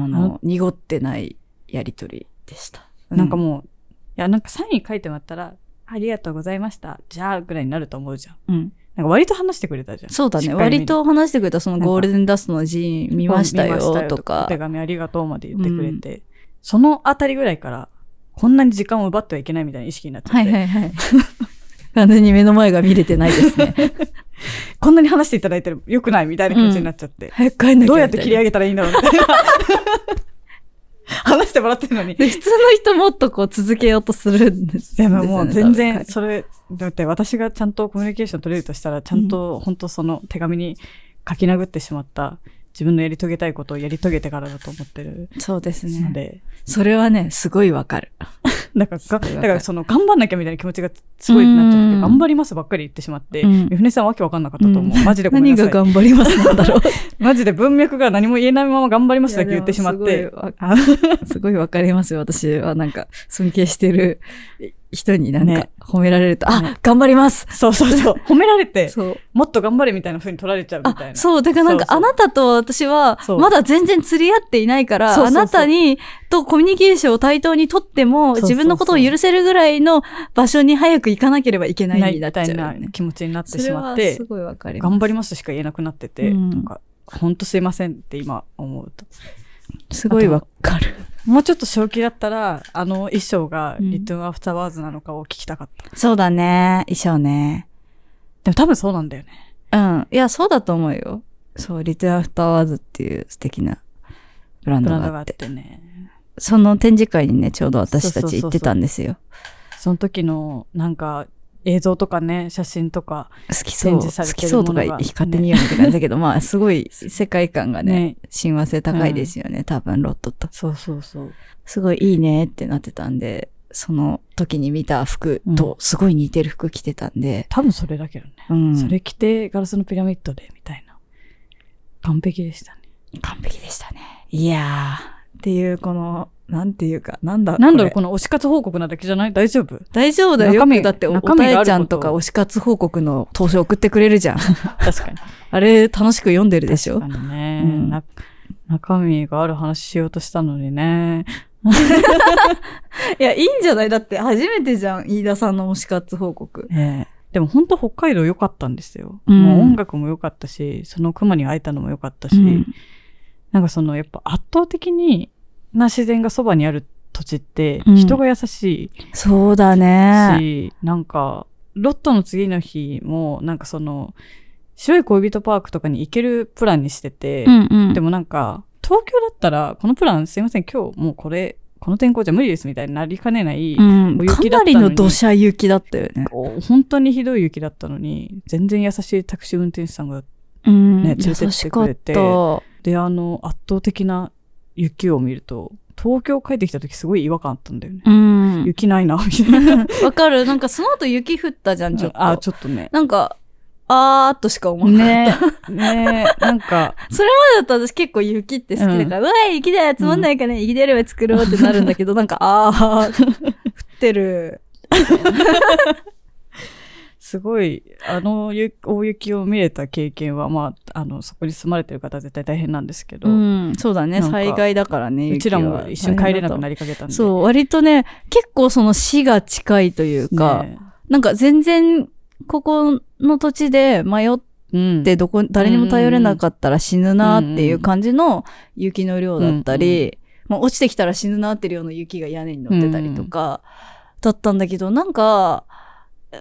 Speaker 2: あ
Speaker 1: の
Speaker 2: の、
Speaker 1: 濁ってないやりとりでした。
Speaker 2: なんかもう、いやなんかサイン書いてもらったら、ありがとうございました。じゃあぐらいになると思うじゃん。
Speaker 1: うん、うん
Speaker 2: なんか割と話してくれたじゃん。
Speaker 1: そうだ
Speaker 2: し
Speaker 1: ね。
Speaker 2: っかり見
Speaker 1: 割と話してくれた、そのゴールデンダストの寺院見ました
Speaker 2: 見
Speaker 1: よ
Speaker 2: まし
Speaker 1: と
Speaker 2: お
Speaker 1: か
Speaker 2: 手。紙ありがとうまで言ってくれて、そのあたりぐらいから、こんなに時間を奪ってはいけないみたいな意識になっちゃって、
Speaker 1: はいはいはい。 *laughs* 完全に目の前が見れてないですね。
Speaker 2: こんなに話していただいてるよくないみたいな感じになっちゃって、
Speaker 1: *laughs* 早く帰んなきゃみたいな。
Speaker 2: どうやって切り上げたらいいんだろうみたいな。 *laughs* 話してもらってるの
Speaker 1: *laughs*
Speaker 2: に。
Speaker 1: で普通の人もっとこう続けようとするんです
Speaker 2: で
Speaker 1: よね。
Speaker 2: ももう全
Speaker 1: 多
Speaker 2: 然、
Speaker 1: 分
Speaker 2: それ、だって私がちゃんとコミュニケーション取れるとしたら、ちゃんと本当その手紙に書き殴ってしまった、自分のやり遂げたいことをやり遂げてからだと思ってる
Speaker 1: そうです
Speaker 2: の
Speaker 1: ね。
Speaker 2: で、
Speaker 1: それはね、すごいわかる。
Speaker 2: なんかが、
Speaker 1: それ
Speaker 2: だ
Speaker 1: わかる
Speaker 2: からその、頑張んなきゃみたいな気持ちがすごいなっちゃっ
Speaker 1: う
Speaker 2: て、
Speaker 1: ん
Speaker 2: 頑張りますばっかり言ってしまって、
Speaker 1: うん
Speaker 2: 三船さんわけわかんなかったと思
Speaker 1: う
Speaker 2: う。マジでごめん
Speaker 1: 何
Speaker 2: な
Speaker 1: が
Speaker 2: さい。
Speaker 1: 頑張りますなん *laughs* だろう。
Speaker 2: マジで文脈が何も言えないまま頑張りますだけ言ってしまっ
Speaker 1: いやで
Speaker 2: て
Speaker 1: もすごいわ、
Speaker 2: あ
Speaker 1: *laughs* すごいわかりますよ。私はなんか、尊敬してる人になんか
Speaker 2: ね
Speaker 1: 褒められると、
Speaker 2: ね
Speaker 1: あ、頑張ります
Speaker 2: そうそう
Speaker 1: *laughs*
Speaker 2: そう、褒められて、
Speaker 1: そう。
Speaker 2: もっと頑張れみたいな風に取られちゃうみたい
Speaker 1: あ、
Speaker 2: な。
Speaker 1: そう。だからなんか、
Speaker 2: そうそう
Speaker 1: あなたと私は
Speaker 2: そ、う
Speaker 1: まだ全然釣り合っていないから、
Speaker 2: そうそうそう
Speaker 1: あなたに、とコミュニケーションを対等にとっても、
Speaker 2: そうそうそう
Speaker 1: 自分のことを許せるぐらいの場所に早く行かなければいけない
Speaker 2: ない
Speaker 1: にな
Speaker 2: み
Speaker 1: っちゃ
Speaker 2: た
Speaker 1: うよ
Speaker 2: いな
Speaker 1: ね。
Speaker 2: 気持ちになっ
Speaker 1: そ
Speaker 2: て
Speaker 1: れ
Speaker 2: しま
Speaker 1: は
Speaker 2: って
Speaker 1: す、ごいわかります。
Speaker 2: 頑張りますしか言えなくなってて、
Speaker 1: うん
Speaker 2: なんか、ほんとすいませんって今思うと。
Speaker 1: すごいわかる。
Speaker 2: もうちょっと正気だったら、あの衣装がリトゥーンアフターワーズなのかを聞きたかった。
Speaker 1: そうだね。衣装ね。
Speaker 2: でも多分そうなんだよね。
Speaker 1: うん。いや、そうだと思うよ。そう、リトゥアフターワーズっていう素敵なブラン
Speaker 2: ブ
Speaker 1: ド
Speaker 2: ランド
Speaker 1: が
Speaker 2: が
Speaker 1: あ
Speaker 2: あっ
Speaker 1: って、
Speaker 2: てね。
Speaker 1: その展示会にね、ちょうど私たち行ってたんですよ。
Speaker 2: その時の、なんか、映像とかね、写真とか、
Speaker 1: 好きそう。
Speaker 2: 展示され
Speaker 1: 好
Speaker 2: て
Speaker 1: き
Speaker 2: る
Speaker 1: そ
Speaker 2: も
Speaker 1: う
Speaker 2: の
Speaker 1: と
Speaker 2: が
Speaker 1: か、勝手に言うみたいなんだけど、まあ、すごい世界観がね、
Speaker 2: ね。
Speaker 1: 親和性高いですよね、多分、ロットと。
Speaker 2: そうそうそう。
Speaker 1: すごいいいねってなってたんで、その時に見た服とすごい似てる服着てたんで、
Speaker 2: 多分それだけどね。
Speaker 1: うん。
Speaker 2: それ着て、ガラスのピラミッドで、みたいな。完璧でしたね。
Speaker 1: 完璧でしたね。いやー。っていう、この、なんていうか、なんだ
Speaker 2: なんだろう、
Speaker 1: これ
Speaker 2: この推し活報告なだけじゃない大丈夫
Speaker 1: 大丈夫だよ。よ
Speaker 2: 中身
Speaker 1: くだってお、お
Speaker 2: 中身があること
Speaker 1: たえちゃんとか推し活報告の投資送ってくれるじゃん。
Speaker 2: 確かに。
Speaker 1: あれ、楽しく読んでるでしょ
Speaker 2: 確かにね、
Speaker 1: うん
Speaker 2: な中身がある話しようとしたのにね。
Speaker 1: いや、いいんじゃないだって、初めてじゃん。飯田さんの推し活報告。
Speaker 2: ええでも本当北海道良かったんですよ。
Speaker 1: うん
Speaker 2: もう音楽も良かったし、その熊に会えたのも良かったし、
Speaker 1: うん
Speaker 2: なんかそのやっぱ圧倒的にな自然がそばにあるっ土地って
Speaker 1: うん
Speaker 2: 人が優しい
Speaker 1: そうだね。
Speaker 2: し、なんか、ロットの次の日も、なんかその、白い恋人パークとかに行けるプランにしてて、
Speaker 1: うんうん。
Speaker 2: でもなんか、東京だったら、このプランすいません、今日もうこれ、この天候じゃ無理ですみたいになりかねない、
Speaker 1: うん、
Speaker 2: お
Speaker 1: か
Speaker 2: 雪だっ
Speaker 1: な
Speaker 2: たのに
Speaker 1: りの土砂雪だったよね。
Speaker 2: こう本当にひどい雪だったのに、全然優しいタクシー運転手さんが、
Speaker 1: うん、
Speaker 2: ね連れてって
Speaker 1: 優しかっ
Speaker 2: くれて
Speaker 1: た。
Speaker 2: で、あの、圧倒的な雪を見ると、東京帰ってきた時すごい違和感あったんだよね。
Speaker 1: うん。
Speaker 2: 雪ないな、みたい
Speaker 1: *laughs*
Speaker 2: な。
Speaker 1: わかるなんかその後雪降ったじゃん、ちょっと。
Speaker 2: あ、ちょっとね。
Speaker 1: なんか、あーっとしか思わない。
Speaker 2: ねえ、ねえ、なんか、
Speaker 1: だったら私結構雪って好きだから、うわい、雪だよ、つまんないから、雪出れば作ろうってなるんだけど、なんか、あー、降ってる。
Speaker 2: すごい、あのゆ大雪を見れた経験は、まあ、あの、そこに住まれてる方は絶対大変なんですけど、
Speaker 1: うん、そうだね、
Speaker 2: なんか
Speaker 1: 災害だからね、
Speaker 2: うちら
Speaker 1: 雪は
Speaker 2: も一瞬帰れなくなりかけたんで。
Speaker 1: そう、割とね、結構その死が近いというか、
Speaker 2: ね
Speaker 1: なんか全然、ここの土地で迷っ
Speaker 2: えうん。
Speaker 1: て、どこ、誰にも頼れなかったら死ぬなっていう感じの雪の量だったり、まあ、落ちてきたら死ぬなってるような雪が屋根に乗ってたりとか、だったんだけど、なんか、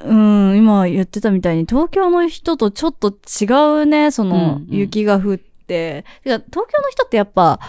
Speaker 1: うん、今言ってたみたいに、東京の人とちょっと違うね、その
Speaker 2: うんうん
Speaker 1: 雪が降って。てか東京の人ってやっぱ、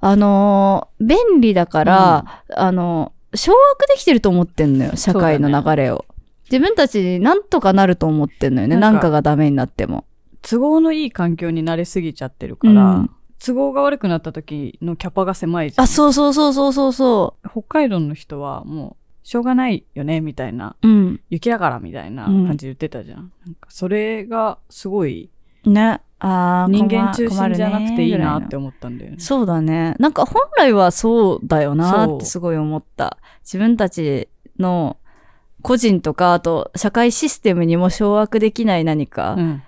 Speaker 1: あのー便利だから、あのー掌握できてると思ってんのよ、社会の
Speaker 2: そうだね
Speaker 1: 流れを。自分たちになんとかなると思ってんのよね、
Speaker 2: な
Speaker 1: なんん
Speaker 2: か
Speaker 1: かがダメになっても。
Speaker 2: 都合のいい環境に慣れすぎちゃってるから、
Speaker 1: うん
Speaker 2: 都合が悪くなった時のキャパが狭いじゃん
Speaker 1: あ、そうそうそうそうそうそ
Speaker 2: 北海道の人はもう、しょうがないよね、みたいな、
Speaker 1: う。うん。
Speaker 2: 雪だからみたいな
Speaker 1: うん
Speaker 2: 感じで言ってたじゃん。なんかそれがすごい
Speaker 1: ね。ああ、
Speaker 2: 人間中心じゃなくていいなって
Speaker 1: 思
Speaker 2: 思ったんだよね。
Speaker 1: そうだね。なんか本来はそうだよな
Speaker 2: そう
Speaker 1: ってすごい思った。自分たちの個人とか、あと社会システムにも掌握できない何か、
Speaker 2: うん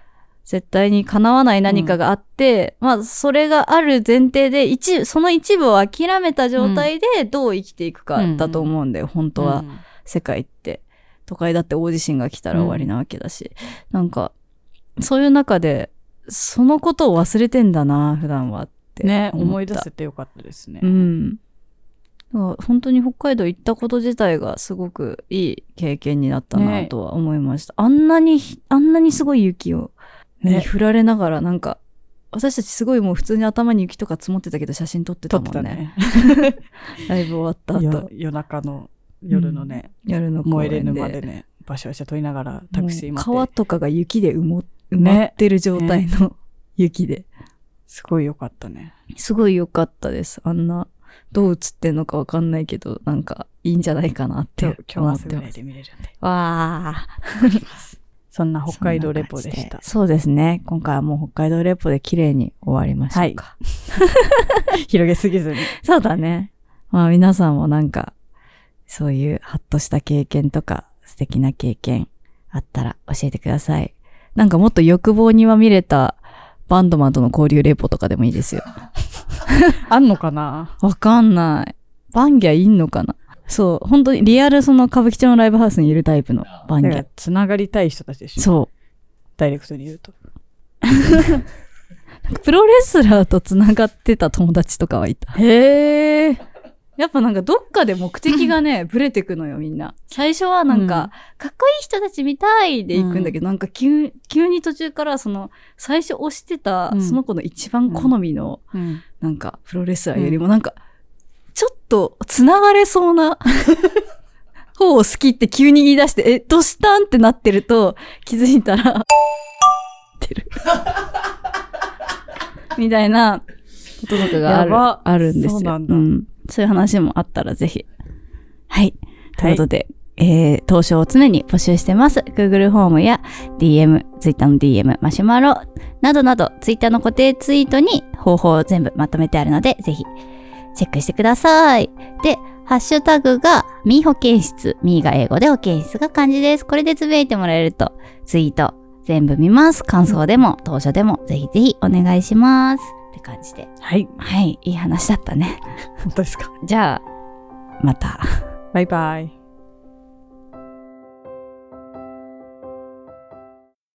Speaker 1: 絶対に叶わない何かがあって、まあそれがある前提で一、その一部を諦めた状態でどう生きていくかだと思うんだよ、本当は。
Speaker 2: うん
Speaker 1: 世界って。都会だって大地震が来たら終わりなわけだし。なんか、そういう中で、そのことを忘れてんだな、普段はって思
Speaker 2: ね
Speaker 1: った。
Speaker 2: 思い出せてよかったですね。
Speaker 1: うん。だから本当に北海道行ったこと自体がすごくいい経験になったな
Speaker 2: ね
Speaker 1: とは思いました。あんなに、あんなにすごい雪を、
Speaker 2: ね
Speaker 1: に振られながら、なんか、私たちすごいもう普通に頭に雪とか積もってたけど写真撮って
Speaker 2: 撮
Speaker 1: た
Speaker 2: っ
Speaker 1: も
Speaker 2: て
Speaker 1: ん
Speaker 2: た
Speaker 1: ね。
Speaker 2: ね。
Speaker 1: ライブ終わった *laughs*
Speaker 2: よ
Speaker 1: 後、
Speaker 2: 夜中の夜のね、
Speaker 1: 夜の公
Speaker 2: 燃え
Speaker 1: 園で
Speaker 2: れぬまでね、バシャバシャ撮りながらタクシー
Speaker 1: も
Speaker 2: 待
Speaker 1: う川
Speaker 2: って。
Speaker 1: とかが雪で埋も埋
Speaker 2: ね
Speaker 1: まってる状態の *laughs* 雪で、
Speaker 2: すごいよかったね。
Speaker 1: すごい良かったですあんなどう映ってんのかわかんないけどなんかいいんじゃないかなって
Speaker 2: 今
Speaker 1: 思
Speaker 2: 日今日は
Speaker 1: っ
Speaker 2: そ
Speaker 1: て
Speaker 2: れぐ
Speaker 1: ま
Speaker 2: らい
Speaker 1: す
Speaker 2: で見れるんで。
Speaker 1: わあ
Speaker 2: そんな北海道レポで
Speaker 1: そん
Speaker 2: し
Speaker 1: な
Speaker 2: た
Speaker 1: 感じで。そうですね今回はもう北海道レポで綺麗に終わりましょうか、
Speaker 2: 広げすぎずに。
Speaker 1: そうだね。まあ皆さんもなんか、そういうハッとした経験とか、素敵な経験あったら教えてください。なんかもっと欲望にまみれたバンドマンとの交流レポとかでもいいですよ。
Speaker 2: あんのかな
Speaker 1: わかんない。バンギャいんのかなそう、本当にリアルその歌舞伎町のライブハウスにいるタイプのバンギ
Speaker 2: だか
Speaker 1: ャ
Speaker 2: ら。つながりたい人たちでしょ。
Speaker 1: そ
Speaker 2: ダイレクトに言うと。
Speaker 1: う。プロレスラーと繋がってた友達とかはいた。
Speaker 2: へえ。
Speaker 1: やっぱなんかどっかで目的
Speaker 2: *laughs*
Speaker 1: がね、ぶれてくのよ、みんな。最初はなんか、かっこいい人たち見たいで行くんだけど、なんか急急に途中からその、最初推してた、
Speaker 2: うん
Speaker 1: その子の一番好みの、
Speaker 2: うん。
Speaker 1: なんか、プロレスラーよりもなんか、ちょっと繋がれそう *laughs* な、方を好きって急に言い出して、え、どうしたんってなってると、気づいたら、ってる。 *laughs* みたいな、こととかがある
Speaker 2: やば、
Speaker 1: あるんですよ。
Speaker 2: そうなんだ
Speaker 1: そういう話もあったらぜひ。はい。ということで、えー、投書を常に募集してます。Google フォームや DM、Twitter の DM、マシュマロなどなど、Twitter の固定ツイートに方法を全部まとめてあるので、ぜひチェックしてください。で、ハッシュタグが、ミー保健室。ミーが英語で保健室が漢字です。これでつぶやいてもらえると、ツイート全部見ます。感想でも、投書でも、ぜひぜひお願いします。って感じで。
Speaker 2: はい。
Speaker 1: はい、いい話だったね。
Speaker 2: 本当ですか。
Speaker 1: じゃあ、また。
Speaker 2: バイバイ。